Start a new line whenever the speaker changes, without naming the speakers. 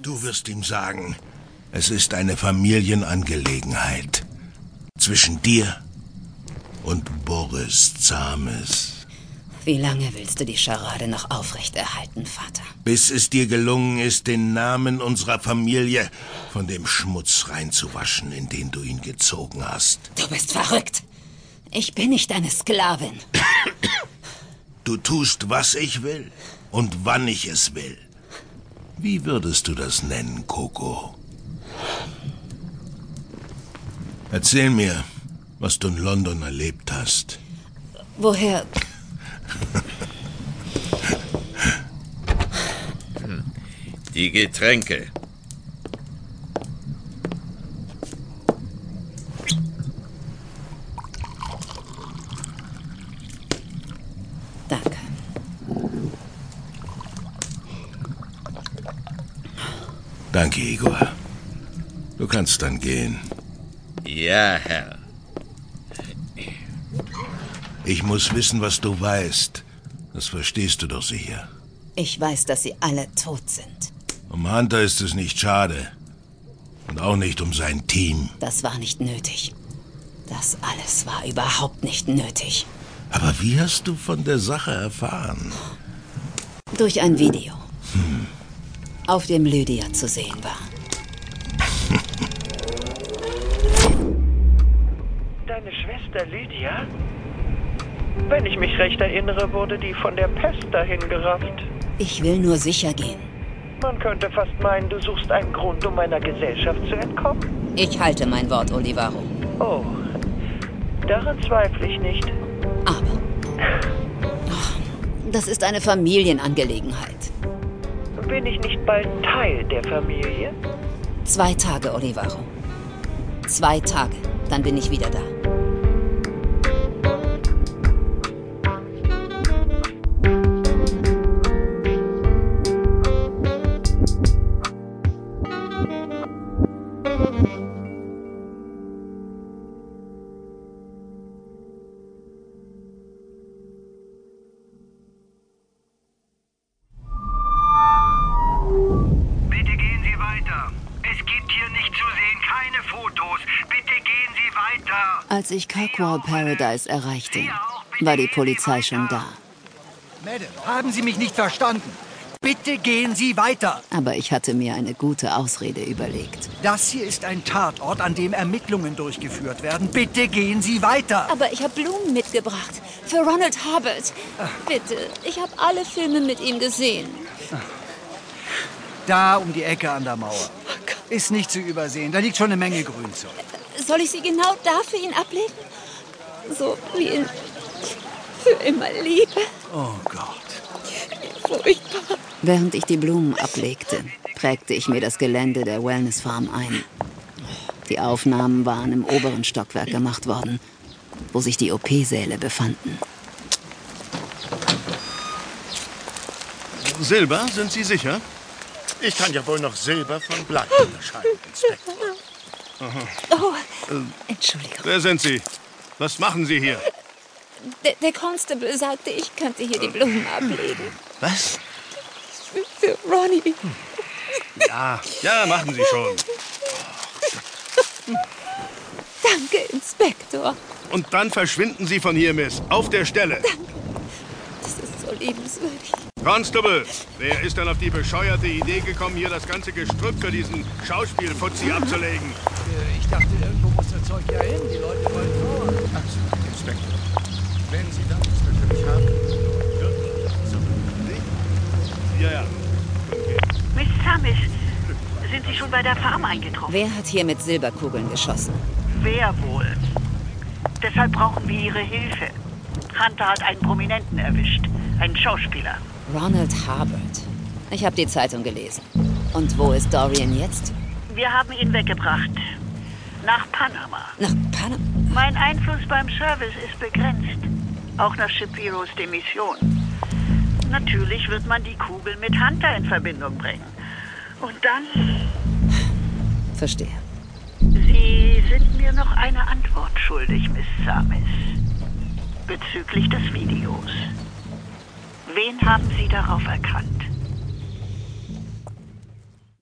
Du wirst ihm sagen, es ist eine Familienangelegenheit zwischen dir und Boris Zames.
Wie lange willst du die Scharade noch aufrechterhalten, Vater?
Bis es dir gelungen ist, den Namen unserer Familie von dem Schmutz reinzuwaschen, in den du ihn gezogen hast.
Du bist verrückt. Ich bin nicht eine Sklavin.
Du tust, was ich will und wann ich es will. Wie würdest du das nennen, Coco? Erzähl mir, was du in London erlebt hast.
Woher?
Die Getränke.
Danke.
Danke, Igor. Du kannst dann gehen.
Ja, Herr.
Ich muss wissen, was du weißt. Das verstehst du doch sicher.
Ich weiß, dass sie alle tot sind.
Um Hunter ist es nicht schade. Und auch nicht um sein Team.
Das war nicht nötig. Das alles war überhaupt nicht nötig.
Aber wie hast du von der Sache erfahren?
Durch ein Video. Hm. Auf dem Lydia zu sehen war.
Deine Schwester Lydia? Wenn ich mich recht erinnere, wurde die von der Pest dahin gerafft.
Ich will nur sicher gehen.
Man könnte fast meinen, du suchst einen Grund, um meiner Gesellschaft zu entkommen.
Ich halte mein Wort, Olivaro.
Oh, daran zweifle ich nicht.
Aber. Ach, Das ist eine Familienangelegenheit.
Bin ich nicht bald Teil der Familie?
Zwei Tage, Olivaro. Zwei Tage, dann bin ich wieder da.
Bitte gehen Sie weiter. Es gibt hier nicht zu sehen keine Fotos. Bitte gehen Sie weiter.
Als ich Kirkwall Paradise erreichte, war die Polizei schon da.
Madam, haben Sie mich nicht verstanden? Bitte gehen Sie weiter.
Aber ich hatte mir eine gute Ausrede überlegt.
Das hier ist ein Tatort, an dem Ermittlungen durchgeführt werden. Bitte gehen Sie weiter.
Aber ich habe Blumen mitgebracht. Für Ronald Hubbard.
Ah.
Bitte, ich habe alle Filme mit ihm gesehen.
Da um die Ecke an der Mauer. Ist nicht zu übersehen. Da liegt schon eine Menge Grünzeug.
Soll ich sie genau da für ihn ablegen? So wie ihn für immer liebe.
Oh Gott.
Furchtbar.
Während ich die Blumen ablegte, prägte ich mir das Gelände der Wellness Farm ein. Die Aufnahmen waren im oberen Stockwerk gemacht worden, wo sich die OP-Säle befanden.
Silber, sind Sie sicher? Ich kann ja wohl noch Silber von Blei unterscheiden, Inspektor.
Oh, Entschuldigung.
Wer sind Sie? Was machen Sie hier?
Der, der Constable sagte, ich könnte hier die Blumen ablegen.
Was?
Für Ronnie.
Ja, ja, machen Sie schon.
Danke, Inspektor.
Und dann verschwinden Sie von hier, Miss. Auf der Stelle.
Das ist so liebenswürdig.
Constable, wer ist denn auf die bescheuerte Idee gekommen, hier das ganze Gestrüpp für diesen Schauspielfuzzi abzulegen?
Ich dachte, irgendwo muss das Zeug ja hin. Die Leute wollen vor.
Inspektor, wenn Sie dann für mich haben, Ja, ja.
Miss Samish, sind Sie schon bei der Farm eingetroffen?
Wer hat hier mit Silberkugeln geschossen?
Wer wohl? Deshalb brauchen wir Ihre Hilfe. Hunter hat einen Prominenten erwischt. Einen Schauspieler.
Ronald Harbert. Ich habe die Zeitung gelesen. Und wo ist Dorian jetzt?
Wir haben ihn weggebracht. Nach Panama.
Nach Panama.
Mein Einfluss beim Service ist begrenzt. Auch nach Shapiros Demission. Natürlich wird man die Kugel mit Hunter in Verbindung bringen. Und dann,
Verstehe.
Sie sind mir noch eine Antwort schuldig, Miss Samis. Bezüglich des Videos. Wen haben Sie darauf erkannt?